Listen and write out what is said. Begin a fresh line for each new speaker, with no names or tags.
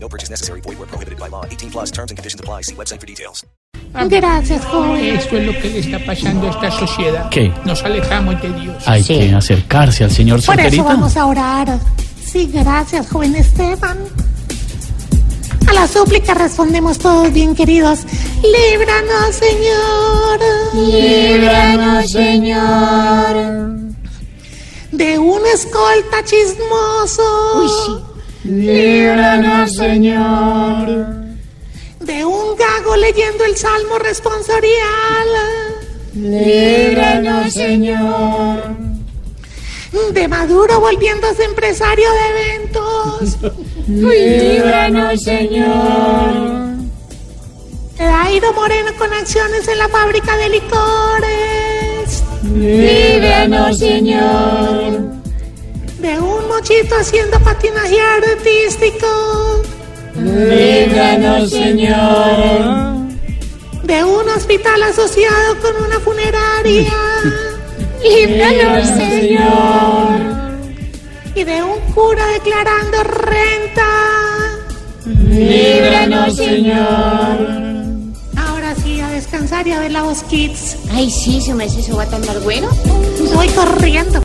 No purchase necessary. Void where prohibited by law. 18 plus terms and conditions apply. See website for details.
Gracias, joven.
Esto es lo que le está pasando a esta sociedad.
¿Qué?
Nos alejamos de Dios.
Hay
Sí.
que acercarse al señor
Por eso
Solterita.
vamos a orar. Sí, gracias, joven Esteban. A la súplica respondemos todos bien, queridos. Líbranos, Señor. Líbranos, Señor. De un escolta chismoso.
Uy, sí.
Líbranos, Señor. De un gago leyendo el salmo responsorial. Líbranos, Señor. De Maduro volviéndose empresario de eventos. Líbranos, Señor. De Airo Moreno con acciones en la fábrica de licores. Líbranos, Señor. De un mochito haciendo patinaje artístico. Líbranos, Señor. De un hospital asociado con una funeraria. Líbranos, Señor. Y de un cura declarando renta. Líbranos, Señor. Ahora sí, a descansar y a ver la voz kids.
Ay, sí, se me hace eso va a tan bueno.
Voy corriendo.